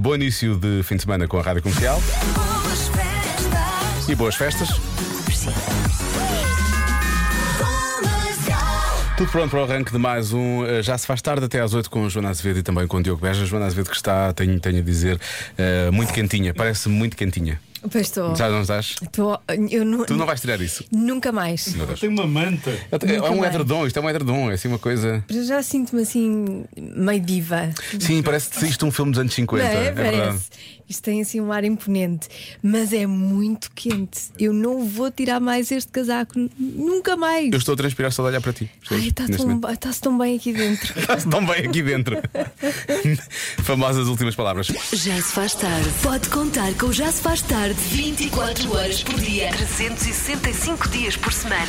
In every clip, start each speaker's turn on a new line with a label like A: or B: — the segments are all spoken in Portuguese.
A: Bom início de fim de semana com a Rádio Comercial e boas festas. Tudo pronto para o arranque de mais um eh, Já se faz tarde até às 8 com o Joana Azevedo e também com o Diogo Beja. Joana Azevedo que está, tenho, tenho a dizer, eh, muito quentinha, parece muito quentinha.
B: Pois estou.
A: Já não estás?
B: Tô- eu nu-
A: Tu não vais tirar isso.
B: Nunca mais.
A: Meu Deus.
C: Tem uma manta.
A: É
B: Nunca
A: um
B: mais.
A: edredom, isto é um edredom, é assim uma coisa.
B: Para Já sinto-me assim meio diva.
A: Sim, parece-te isto um filme dos anos 50.
B: não é?
A: verdade.
B: Parece. Isto tem assim um ar imponente, mas é muito quente. Eu não vou tirar mais este casaco. n- Nunca mais.
A: Eu estou a transpirar só de olhar para ti.
B: Ai, está
A: Neste
B: tão,
A: momento.
B: ba- está-se tão bem aqui dentro.
A: Estás tão bem aqui dentro. Famosas últimas palavras.
D: Já se faz tarde. Pode contar com o Já se faz tarde 24 horas por dia, 365 dias por semana.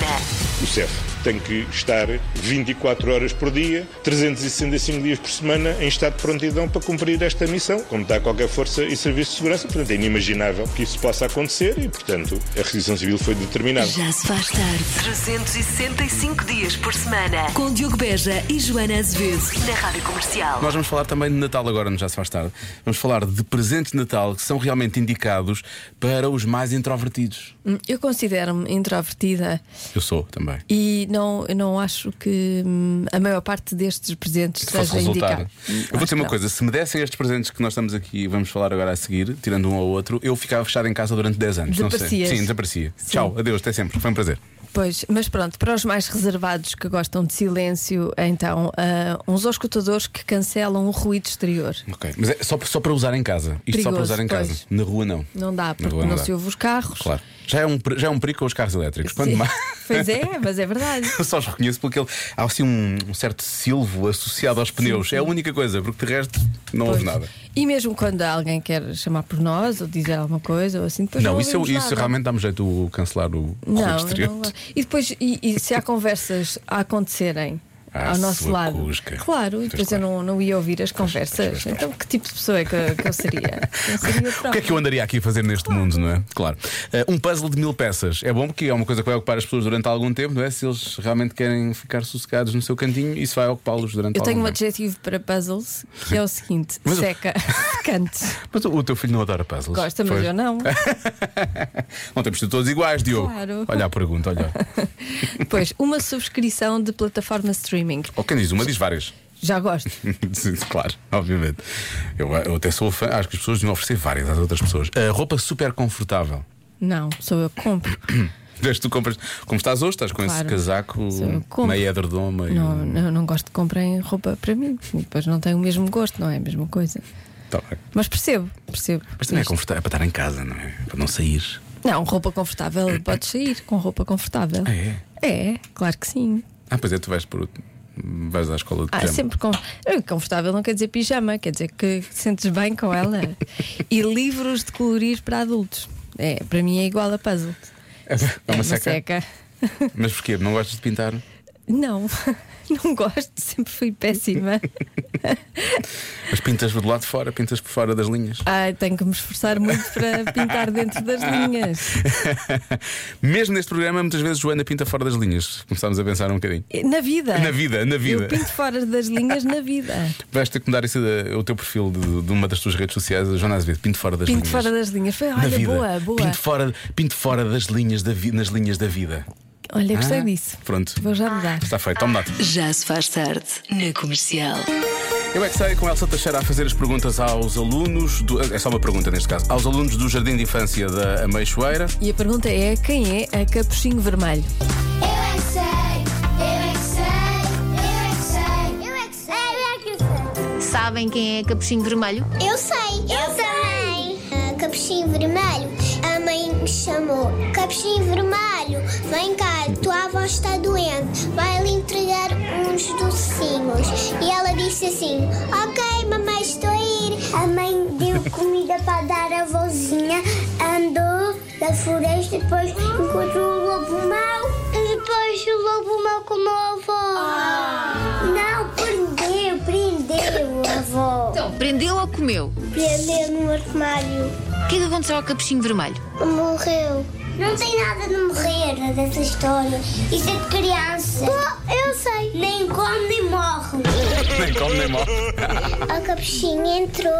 E: O CEF tem que estar 24 horas por dia, 365 dias por semana, em estado de prontidão para cumprir esta missão, como está qualquer força e serviço de segurança. Portanto, é inimaginável que isso possa acontecer e, portanto, a requisição civil foi determinada.
D: Já se faz tarde.
F: 365 dias por semana
D: Com Diogo Beja e Joana Azevedo.
F: na Rádio Comercial.
A: Nós vamos falar também de Natal agora, não já se faz tarde. Vamos falar de presentes de Natal que são realmente indicados para os mais introvertidos.
B: Hum, Eu considero-me introvertida
A: Eu sou também.
B: e não, eu não acho que hum, a maior parte destes presentes
A: Se fosse
B: seja Hum,
A: resultar.
B: indicada.
A: Eu vou dizer uma coisa: se me dessem estes presentes que nós estamos aqui e vamos falar agora a seguir, tirando um ao outro, eu ficava fechado em casa durante 10 anos. Não sei.
B: Desaparecias.
A: Sim, desaparecia. Tchau, adeus, até sempre. Foi um prazer.
B: Pois, mas pronto, para os mais reservados que gostam de silêncio, então, ah, uns auscultadores que cancelam o ruído exterior.
A: Ok. Mas é só, só para usar em casa. Isto só para
B: Perigoso,
A: usar em casa.
B: pois.
A: Na rua não.
B: Não dá, porque
A: rua
B: não,
A: não dá.
B: se ouve os carros.
A: Claro. Já é um, pre- já é um perigo com os carros elétricos. Quanto
B: Sim.
A: mais.
B: Pois é, mas é verdade.
A: Eu só os reconheço porque ele, há assim um, um certo silvo associado aos pneus. É a única coisa, porque de resto não houve
B: Pois.
A: nada.
B: E mesmo quando alguém quer chamar por nós ou dizer alguma coisa ou assim, depois não,
A: não, isso, eu-
B: ouvimos
A: isso
B: nada.
A: realmente dá-me jeito o cancelar o ruído
B: não,
A: exterior.
B: não E depois, e, e se há conversas a acontecerem
A: Ah,
B: ao nosso
A: sua
B: lado,
A: cusca.
B: claro,
A: Pois
B: e depois
A: claro.
B: eu não, não ia ouvir as conversas. Então, que tipo de pessoa é que, eu- que eu seria? Eu seria
A: O que é que eu andaria aqui a fazer neste mundo, não é? Claro. Eh, um puzzle de mil peças. É bom porque é uma coisa que vai ocupar as pessoas durante algum tempo, não é? Se eles realmente querem ficar sossegados no seu cantinho, isso vai ocupá-los durante
B: Eu
A: algum
B: tenho um
A: tempo.
B: adjetivo para puzzles que é o seguinte:
A: Mas-
B: seca, cantes.
A: Mas o, o teu filho não adora puzzles.
B: Gosta, mas
A: Pois.
B: eu não.
A: Não temos de ser todos iguais, Diogo.
B: Claro.
A: Olha a pergunta, olha.
B: Pois, uma subscrição de plataforma streaming.
A: Ou quem diz uma, diz várias.
B: Já gosto.
A: Sim, claro, obviamente. Eu, eu até sou fã, acho que as pessoas deviam oferecer várias às outras pessoas. A roupa super confortável.
B: Não, sou eu que compro.
A: Desde que tu compras, como estás hoje, estás com esse
B: Claro.
A: casaco
B: Sim, eu compro.
A: meio um- edredom, meio.
B: Não, não, não gosto que comprem roupa para mim. E Depois não tem o mesmo gosto, não é a mesma coisa.
A: Tá bem.
B: Mas percebo, percebo.
A: Mas também é
B: Isto-
A: confortável, é para estar em casa, não é? Para não sair.
B: Não, roupa confortável, podes sair com roupa confortável. É, claro que sim.
A: Ah, pois é, tu vais por. Vais à escola de
B: Ah,
A: pijama.
B: sempre com... Eh, confortável não quer dizer pijama, quer dizer que te sentes bem com ela. e livros de colorir para adultos. É, para mim é igual a puzzle.
A: É uma, seca.
B: seca.
A: Mas porquê? Não gostas de pintar?
B: Não, não gosto, sempre fui péssima.
A: Mas pintas do lado de fora, pintas por fora das linhas.
B: Ai, tenho que me esforçar muito para pintar dentro Ah, das linhas.
A: Mesmo neste programa, muitas vezes Joana pinta fora das linhas. Começámos a pensar um bocadinho.
B: Na vida.
A: Na vida, na vida.
B: Eu pinto fora das linhas na vida.
A: Vais ter que mudar isso, eh, o teu perfil de, de uma das tuas redes sociais, a Joana Azevedo, pinto fora das
B: Pinto
A: linhas.
B: fora das linhas. Foi,
A: da
B: olha,
A: vida.
B: boa, boa.
A: Pinto fora, pinto fora das linhas da vi- nas linhas da vida.
B: Olha, gostei
A: Ah,
B: disso.
A: Pronto.
B: Vou já mudar.
A: Está feito, toma nota.
D: Já se faz tarde na comercial.
A: Eu é que sei com Elsa Teixeira a fazer as perguntas aos alunos, do- é só uma pergunta neste caso, aos alunos do Jardim de Infância da Ameixoeira.
B: E a pergunta é: quem é a Capuchinho Vermelho?
G: Eu é que sei, eu é que sei, eu é que sei, eu é que sei, eu é que sei.
H: Sabem quem é Capuchinho Vermelho?
G: Eu sei, eu também. capuchinho vermelho, a mãe me chamou. Capuchinho vermelho, vem cá, tua avó está doente, vai lhe entregar uns docinhos. E ela disse assim: Ok, mamãe, estou a ir. A mãe deu comida para dar à vozinha, andou da floresta, depois encontrou o lobo mau. Depois o lobo mau comeu a avó. Não, prendeu, prendeu a avó.
H: Então, prendeu ou comeu?
G: Prendeu no armário.
H: O que é que aconteceu ao Capuchinho Vermelho?
G: né, Morreu. Não tem nada de morrer dessa história. Isso é de criança. eu não sei. Nem come nem morre.
A: Nem come nem morre.
G: A capuchinha entrou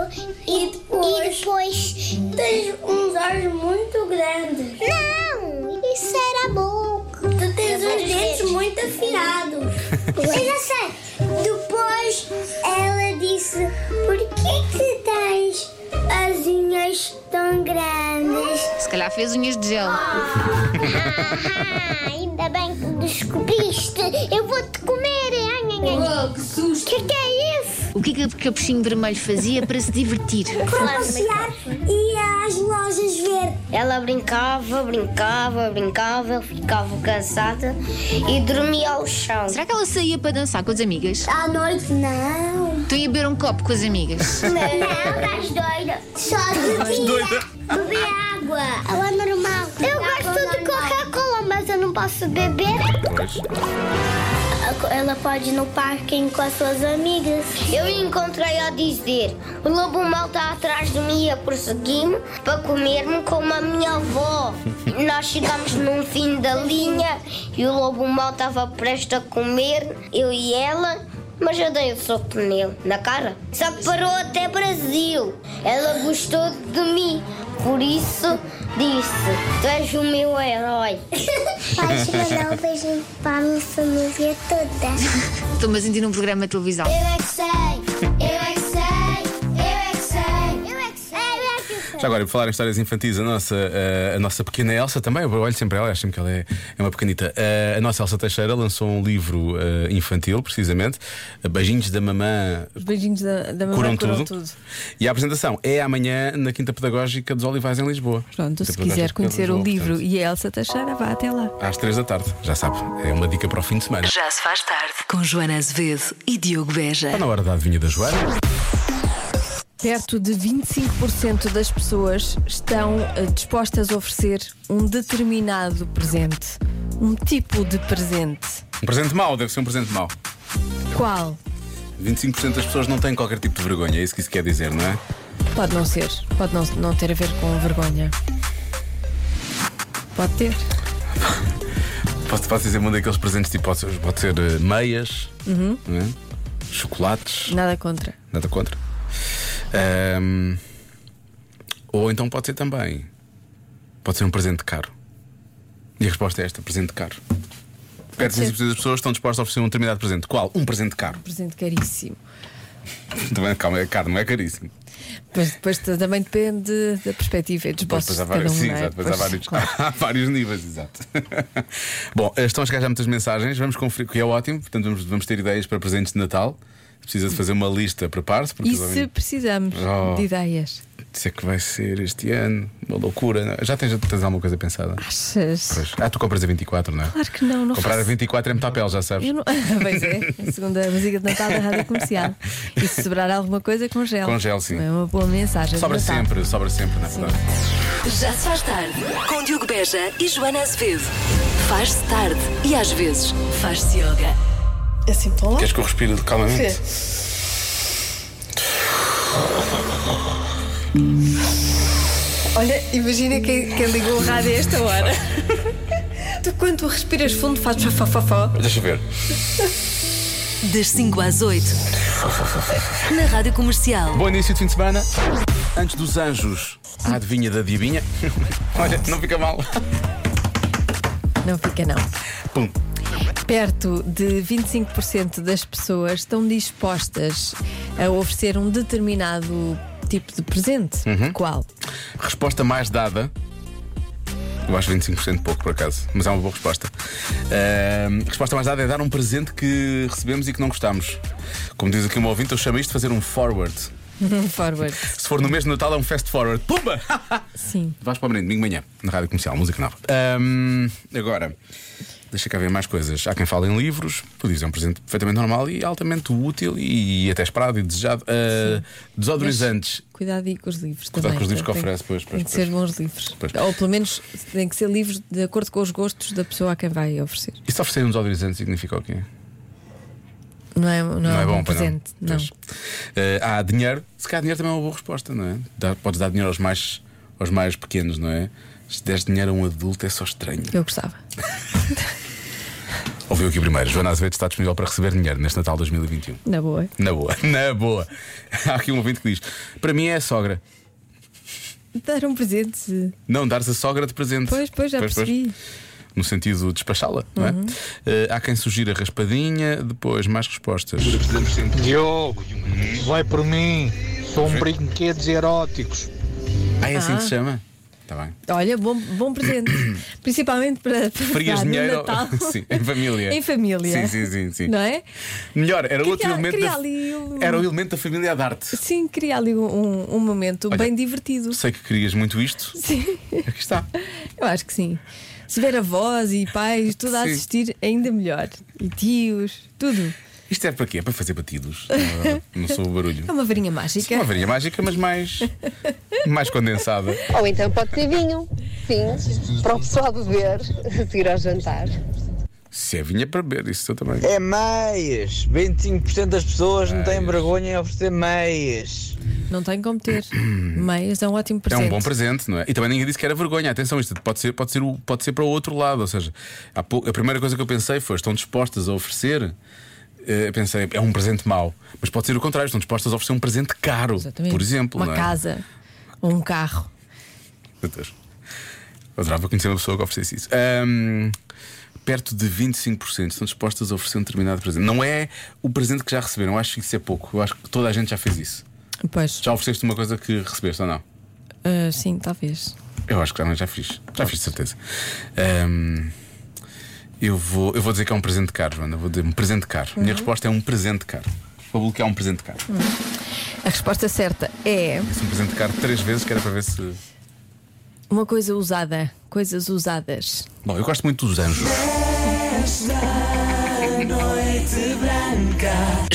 G: e, depois, e depois. Tens uns olhos muito grandes. Não! Isso era a boca. Tu tens uns dentes muito afiados. Eu já sei. Depois ela disse: Por que, que tens as unhas tão grandes?
H: Se calhar fez unhas de gel.
G: Ah, ainda bem que descobriste. Eu vou-te comer, hein? Oh, que susto! Que que é isso?
H: O que é que o capuchinho vermelho fazia para se divertir?
G: Passear e às lojas ver.
C: Ela brincava, brincava, brincava, eu ficava cansada e dormia ao chão.
H: Será que ela saía para dançar com as amigas?
G: À noite? Não.
H: Tu ia beber um copo com as amigas?
G: Não,
C: é um
G: estás doida. Só bebia. Beber água. Água normal. Eu gosto de Coca-Cola, mas eu não posso beber.
A: Pois.
G: Ela pode ir no parque com as suas amigas.
C: Eu encontrei a dizer: o lobo mal está atrás de mim a perseguir-me para comer-me como a minha avó. Nós chegámos num fim da linha e o lobo mal estava prestes a comer, eu e ela. Mas eu dei um soco nele, na cara. Só que parou até Brasil. Ela gostou de mim, por isso disse: Tu és o meu herói.
G: Pode mandar um beijinho para a minha família toda.
H: Estou, mas ainda num programa de televisão.
G: Eu é que sei, eu é que sei, eu é que sei, eu é que sei, eu é que sei.
A: Já agora, por falar em histórias infantis, a nossa, eh, a nossa pequena Elsa também, eu olho sempre ela, acho sempre que ela é, é uma pequenita. Eh, a nossa Elsa Teixeira lançou um livro eh, infantil, precisamente, Beijinhos da Mamã
B: Os beijinhos da, da mamãe
A: Curam
B: curam,
A: tudo.
B: tudo.
A: E a apresentação é amanhã na Quinta Pedagógica dos Olivais, em Lisboa.
B: Pronto,
A: Quinta
B: se quiser
A: Pedagógica
B: conhecer
A: dos
B: o
A: Olivais,
B: livro
A: portanto,
B: e a Elsa Teixeira, vá até lá.
A: Às três da tarde, já sabe. É uma dica para o fim de semana.
F: Já se faz tarde.
D: Com Joana Azevedo e Diogo Beja.
A: Está na hora da adivinha da Joana.
B: Perto de 25% das pessoas estão eh, dispostas a oferecer um determinado presente. Um tipo de presente.
A: Um presente mau, deve ser um presente mau.
B: Qual?
A: 25% das pessoas não têm qualquer tipo de vergonha, é isso que isso quer dizer, não é?
B: Pode não ser. Pode não, não ter a ver com vergonha. Pode ter.
A: Posso, posso dizer um daqueles presentes tipo, pode ser, pode ser, eh, meias,
B: Uhum.
A: não é? chocolates,
B: Nada contra.
A: nada contra. Ahm, ou então pode ser também. Pode ser um presente caro. E a resposta é esta: presente caro. Perto de 25% das pessoas estão dispostas a oferecer um determinado presente. Qual? Um presente caro.
B: Presente caríssimo.
A: Também, calma, é caro, não é caríssimo.
B: Mas depois t- também depende da perspectiva e dos
A: Depois,
B: bolsos
A: há
B: de
A: vários,
B: cada um.
A: sim,
B: não é?
A: exato, depois há
B: Pois,
A: vários,
B: claro.
A: há vários níveis, exato. Bom, eh, estão a chegar já muitas mensagens, vamos conferir, que é ótimo, portanto vamos, vamos ter ideias para presentes de Natal. Precisa de fazer uma lista, prepare-se, porque
B: E
A: os
B: se
A: ouvintes-
B: precisamos
A: Oh.
B: de ideias?
A: Isso é que vai ser este ano, uma loucura. não é? Já tens, já tens alguma coisa pensada?
B: Achas?
A: Ah, tu compras a 24, não é?
B: Claro que não, não
A: Comprar a
B: faço.
A: 24 é muito papel, já sabes.
B: Eu não... pois é, a segunda música de Natal da Rádio Comercial. E se sobrar alguma coisa, congela.
A: Congela, sim.
B: É uma boa mensagem. de
A: Sobra
B: Natal.
A: sempre, sobra sempre, na verdade.
D: Já se faz tarde. Com Diogo Beja e Joana Azevedo. Faz-se tarde e às vezes faz-se yoga.
I: É sempre tão
A: Queres que eu respire calmamente?
B: Olha, imagina quem, quem ligou o rádio a esta hora. tu, quando tu respiras fundo, fazes fafafafó.
A: Deixa eu ver.
D: Das 5 às 8. Na Rádio Comercial.
A: Bom início de fim de semana. Antes dos anjos, a adivinha da diabinha. Olha, não fica mal.
B: Não fica, não.
A: Pum.
B: Perto de 25% das pessoas estão dispostas a oferecer um determinado tipo de presente.
A: Uhum.
B: Qual?
A: Resposta mais dada. Eu acho 25% pouco, por acaso, mas é uma boa resposta. Ahm, resposta mais dada é dar um presente que recebemos e que não gostamos. Como diz aqui um ouvinte, eu chamo isto de fazer um forward.
B: Um forward.
A: Se for no mês de Natal, é um fast forward. Pumba!
B: Sim.
A: Vais para o Menino, domingo de manhã, na rádio comercial, música nova. Ahm, agora, deixa cá ver mais coisas. Há quem fala em livros, tudo isso é um presente perfeitamente normal e altamente útil e até esperado e desejado. Ah, desodorizantes.
B: Cuidado aí com os livros
A: Cuidado
B: também. né?
A: com os livros que
B: Tem-
A: oferece, pois, pois,
B: Tem que
A: pois.
B: ser bons livros.
A: Pois.
B: Ou pelo menos tem que ser livros de acordo com os gostos da pessoa a quem vai oferecer.
A: E se oferecer um desodorizante significa o quê?
B: Não é, não
A: Não
B: é
A: é
B: um
A: bom para
B: presente. Não.
A: Pois. Eh, há dinheiro, se calhar dinheiro também é uma boa resposta, não é? Dá- podes dar dinheiro aos mais, aos mais pequenos, não é? Se deres dinheiro a um adulto é só estranho.
B: Eu gostava.
A: Ouviu aqui primeiro. Joana Azevedo está disponível para receber dinheiro neste Natal 2021.
B: Na boa.
A: Na boa, na boa. Há aqui um ouvinte que diz: Para mim é a sogra.
B: Dar um presente.
A: Não, dares a sogra de presente.
B: Pois, pois, já percebi. Uhum.
A: No sentido de despachá-la, não é? Eh, há quem sugira raspadinha, depois mais respostas.
I: Diogo, vai por mim. São brinquedos eróticos.
A: Ah, é assim que se chama? Está bem.
B: Olha, bom, bom presente. Principalmente para, para
A: Frias
B: dar no
A: dinheiro
B: Natal.
A: sim, em família.
B: Em família.
A: Sim, sim, sim, sim.
B: Não é?
A: Melhor, era outro
B: Cria-
A: elemento.
B: cria
A: da-
B: ali um-
A: Era o elemento da família a dar-te.
B: Sim, criar ali um, um momento
A: Olha.
B: bem divertido.
A: Sei que querias muito isto.
B: Sim,
A: Aqui está.
B: eu acho que sim. Se tiver avós e pais, tudo a
A: Sim.
B: assistir, é ainda melhor. E tios, tudo.
A: Isto é para quê? É para fazer batidos. Ah, Não sou o barulho.
B: É uma varinha
A: Sim,
B: mágica.
A: uma varinha mágica, mas mais, mais condensada.
J: Ou então pode ser vinho, vinho, para o pessoal beber, a seguir ao jantar.
A: Se é vinha para beber, isso eu também.
I: É meias. 25% das pessoas não têm
A: Meias.
I: vergonha em oferecer meias.
B: Não tem como ter. Meias é um ótimo
A: É
B: presente.
A: um bom presente, não é? E também ninguém disse que era vergonha. Atenção, isto pode ser, pode ser, o- pode ser para o outro lado. Ou seja, há pou- a primeira coisa que eu pensei foi: estão dispostas a oferecer. Eh, pensei, é um presente mau. Mas pode ser o contrário: estão dispostas a oferecer um presente caro,
B: Exatamente.
A: por exemplo.
B: Uma
A: não é?
B: casa ou um carro.
A: Meu Deus. Eu adorava conhecer uma pessoa que oferecesse isso. Ahm, perto de 25% estão dispostas a oferecer um determinado presente. Não é o presente que já receberam, eu acho que isso é pouco. Eu acho que toda a gente já fez isso.
B: Pois,
A: Já ofereceste uma coisa que recebeste ou não?
B: ah, sim, talvez.
A: Eu acho que também já fiz. Já fiz, de certeza. Ahm, eu, vou, eu vou dizer que é um presente caro, Joana. Vou dizer um presente caro. A Minha resposta é um presente caro. Vou bloquear um presente caro.
B: A resposta certa é
A: Disse um presente caro três vezes, que era para ver se.
B: uma coisa usada. Coisas usadas.
A: Bom, eu gosto muito dos anjos.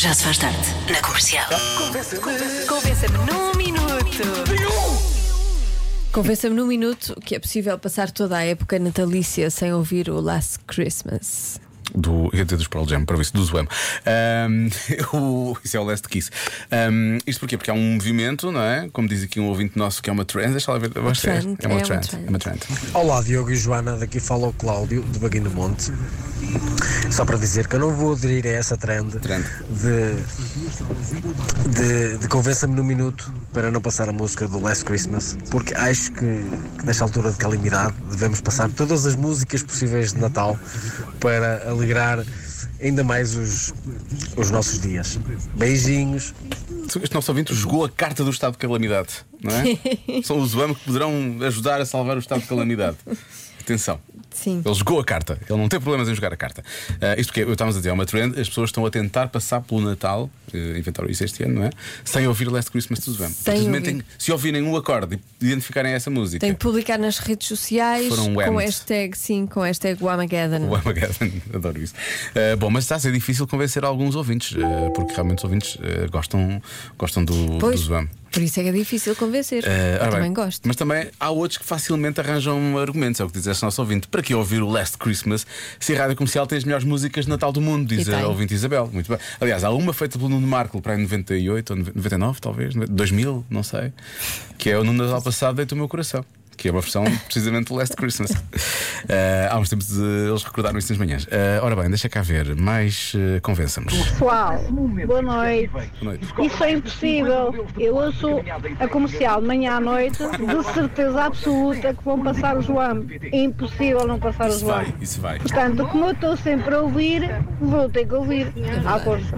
D: Já se faz tarde na comercial.
F: Convença-me num minuto.
B: Convença-me num minuto que é possível passar toda a época natalícia sem ouvir o Last Christmas.
A: do eu ia dizer dos Pearl Jam, para ver se do Zoem. isso é o Last Kiss. Ahm, isto porquê? Porque há um movimento, não é? Como diz aqui um ouvinte nosso que é uma trend, deixa lá ver. eu acho que
B: trend,
A: é uma
B: é uma
A: trend.
B: trend.
A: É uma trend.
I: Olá, Diogo e Joana. Daqui fala o Cláudio, de Baguinho do Monte. Só para dizer que eu não vou aderir a essa trend,
A: Trend.
I: de, de, de convença-me no minuto para não passar a música do Last Christmas, porque acho que, que nesta altura de calamidade devemos passar todas as músicas possíveis de Natal para alegrar ainda mais os, os nossos dias. Beijinhos.
A: Este nosso ouvinte jogou a carta do estado de calamidade, não é? São os Zoem que poderão ajudar a salvar o estado de calamidade. Atenção.
B: Sim.
A: Ele jogou a carta, ele não tem problemas em jogar a carta. Ah, isto que eu estávamos a dizer, é uma trend, as pessoas estão a tentar passar pelo Natal, eh, inventaram isso este ano, não é? Sem ouvir Last Christmas dos Vamp.
B: Sem ouvir.
A: se ouvirem um acorde e identificarem essa música,
B: Tem que publicar nas redes sociais
A: Foram whammed.
B: com hashtag, sim, com hashtag Wamageddon.
A: o Armageddon, adoro isso. Ah, bom, mas está a ser difícil convencer alguns ouvintes, ah, porque realmente os ouvintes ah, gostam, gostam do, do
B: Pois,
A: Zwam.
B: por isso é que é difícil convencer.
A: Eh,
B: Eu
A: ora
B: também
A: bem,
B: gosto.
A: Mas também há outros que facilmente arranjam argumentos, é o que diz este nosso ouvinte. Para que ouvir o Last Christmas se a rádio comercial tem as melhores músicas de Natal do mundo, diz
B: E tem.
A: a ouvinte Isabel. Muito bem. Aliás, há uma feita pelo Nuno Marco para em 98 ou 99, talvez, 2000, não sei, que é o Nuno Natal Passado Deita o Meu Coração. Que é uma versão precisamente do Last Christmas. Eh, há uns tempos eh, eles recordaram isso nas manhãs. Eh, ora bem, deixa cá ver, mais eh, convença-nos.
J: Pessoal, boa noite.
A: Boa noite.
J: Isso é impossível. Eu ouço a comercial de manhã à noite, de certeza absoluta que vão passar o João. É impossível não passar o
A: Isso
J: João.
A: vai, isso vai.
J: Portanto, como eu estou sempre a ouvir, vou ter que ouvir à força.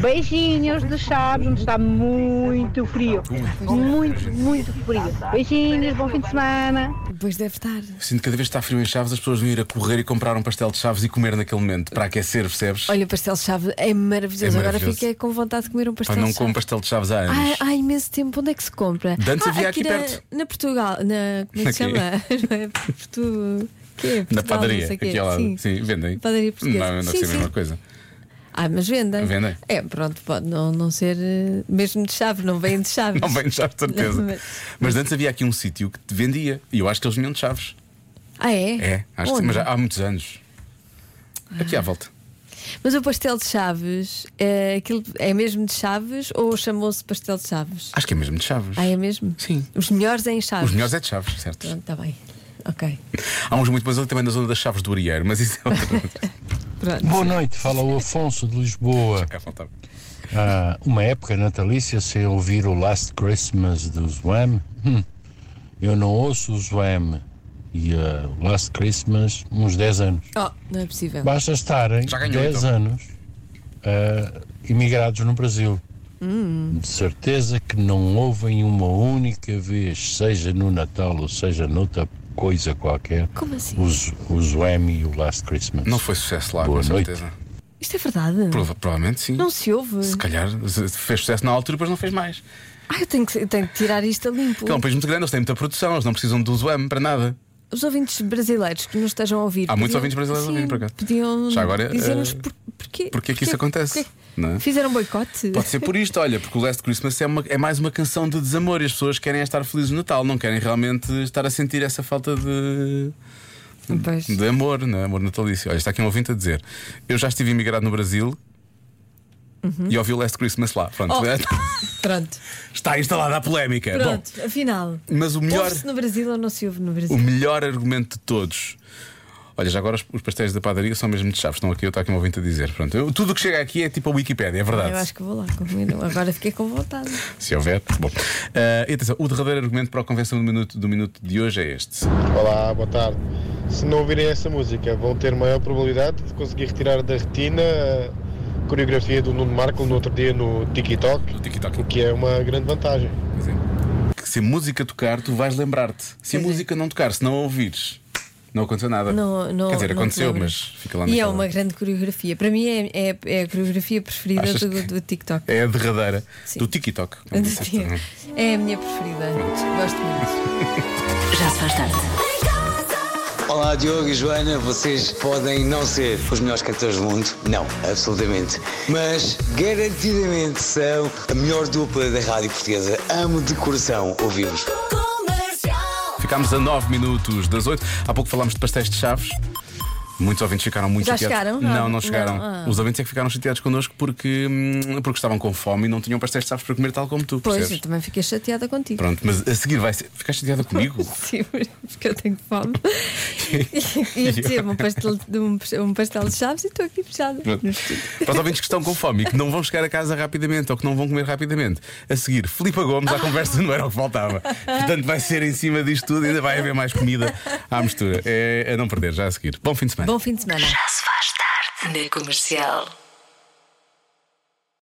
J: Beijinhos de Chaves, onde está muito frio. Muito, muito frio. Beijinhos, bom fim de semana.
B: Depois deve estar.
A: Sinto que cada vez que está frio em Chaves, as pessoas vão ir a correr e comprar um pastel de Chaves e comer naquele momento para aquecer, percebes?
B: Olha, o pastel de chave é maravilhoso.
A: É
B: Agora
A: maravilhoso.
B: fiquei com vontade de comer um pastel
A: Pá, não
B: de chave.
A: como pastel de Chaves há anos.
B: Ai, há imenso tempo, onde é que se compra?
A: De antes
B: ah,
A: havia aqui
B: na,
A: perto.
B: Na Portugal, na. Como é que se
A: Aqui.
B: chama? Não é? Portu... Que é?
A: Na
B: Portugal,
A: padaria,
B: não sei o quê.
A: aqui ao lado. Sim,
B: Sim.
A: vendem.
B: Padaria
A: não,
B: portuguesa.
A: não deve
B: Sim,
A: ser a
B: sim.
A: mesma coisa.
B: Ah, mas vendem.
A: Vendem.
B: É, pronto, pode não, não ser eh, mesmo de chave, não vêm de chave.
A: Não vem de Chaves, de certeza.
B: Não, mas-
A: Mas antes havia aqui um sítio que te vendia e eu acho que eles vinham de Chaves.
B: Ah, é?
A: É, acho que sim,
B: Onde? Ah.
A: mas há, há muitos anos. Aqui à volta.
B: Mas o pastel de chaves, é, aquilo é mesmo de chaves ou chamou-se pastel de chaves?
A: Acho que é mesmo de Chaves.
B: Ah, é mesmo?
A: Sim.
B: Os melhores é em chaves.
A: Os melhores é de Chaves, certo?
B: Pronto, está bem. Ok.
A: Há uns muito bons ali também na zona das Chaves do Arieiro, mas isso é outra.
K: Boa noite, fala o Afonso de Lisboa. Ah, uma época natalícia, se eu ouvir o Last Christmas dos Wham, hum, eu não ouço os Wham e ah, o Last Christmas uns 10 anos.
B: Oh, não é possível.
K: Basta estarem
B: Já ganhou,
K: 10
B: então.
K: anos ah, imigrados no Brasil.
B: Hum.
K: De certeza que não ouvem uma única vez, seja no Natal ou seja noutra coisa qualquer,
B: Como assim?
K: os, os Wham e o Last Christmas. Não foi
A: sucesso lá,
K: Boa
A: com
K: noite.
A: certeza.
B: Isto é verdade?
A: Prova- provavelmente sim.
B: Não se ouve.
A: Se calhar se- fez sucesso na altura, depois não fez mais.
B: Ah, eu tenho que, eu tenho que tirar isto a limpo.
A: Porque é um país muito grande, eles têm muita produção, eles não precisam do Zwam para nada.
B: Os ouvintes brasileiros que nos estejam a ouvir.
A: Há muitos
B: podiam-
A: ouvintes brasileiros a
B: sim,
A: ouvir, por acaso.
B: Podiam
A: Já agora,
B: dizer-nos
A: eh,
B: por, porquê.
A: Porque é que isso acontece? não é?
B: Fizeram boicote?
A: Pode ser por isto, olha, porque o Last Christmas é, uma- é mais uma canção de desamor e as pessoas querem é estar felizes no Natal, não querem realmente estar a sentir essa falta de. De amor, não é? Amor natalício. Olha, está aqui um ouvinte a dizer: Eu já estive imigrado no Brasil e ouvi o Last Christmas lá. Pronto.
B: Uhum. Oh. Pronto.
A: está instalada a polémica. É Bom,
B: Pronto, afinal.
A: mas o melhor-
B: Ouve-se no Brasil ou não se ouve no Brasil?
A: o melhor argumento de todos. Olha, já agora os, os pastéis da padaria são mesmo de chaves. Estão aqui, eu estou aqui um ouvinte a dizer. Pronto, eu- tudo o que chega aqui é tipo a Wikipédia, é verdade.
B: Eu acho que vou lá combinou. Agora fiquei com vontade.
A: Se houver. Bom. Ah, e atenção, o derradeiro argumento para a convenção do minuto, do minuto de hoje é este.
L: Olá, boa tarde. Se não ouvirem essa música, vão ter maior probabilidade de conseguir retirar da retina a coreografia do Nuno Marco no outro dia no TikTok, o que é uma grande vantagem.
A: é. Que se a música tocar, tu vais lembrar-te.
B: é.
A: Se a música não tocar, se não a ouvires, não aconteceu nada.
B: Não- não-
A: Quer dizer,
B: não te
A: aconteceu,
B: lembras.
A: mas fica lá
B: E é
A: naquela-
B: uma grande coreografia. Para mim é, é, é a coreografia preferida
A: Achas
B: do,
A: que-
B: do TikTok.
A: É a derradeira
B: Sim.
A: do TikTok. como disseste,
B: Sim.
A: não é?
B: É a minha preferida. Gosto muito. Já se faz tarde.
M: Olá Diogo e Joana, vocês podem não ser os melhores cantores do mundo, não, absolutamente, mas garantidamente são a melhor dupla da rádio portuguesa. Amo de coração ouvi-vos.
A: Ficámos a 9 minutos das 8. Há pouco falámos de pastéis de chaves. Muitos ouvintes ficaram muito
B: Já
A: chateados.
B: chegaram?
A: Não,
B: Ah,
A: não chegaram.
B: não, ah.
A: Os ouvintes é que ficaram chateados connosco porque, hum, porque estavam com fome e não tinham pastéis de chaves para comer, tal como tu.
B: Pois, então. eu
A: percebes?
B: também fiquei chateada contigo.
A: Pronto, mas a seguir vai ser. Ficaste chateada comigo?
B: Sim, porque eu tenho fome. E- e tive um pastel, um, um pastel de chaves e estou aqui fechada.
A: Pronto. Para os ouvintes que estão com fome e que não vão chegar a casa rapidamente ou que não vão comer rapidamente, a seguir, Filipa Gomes, à conversa não era o que faltava. Portanto, vai ser em cima disto tudo e ainda vai haver mais comida à mistura. É a não perder, já a seguir. Bom fim de semana.
B: Bom fim de semana.
D: Já se faz tarde na comercial.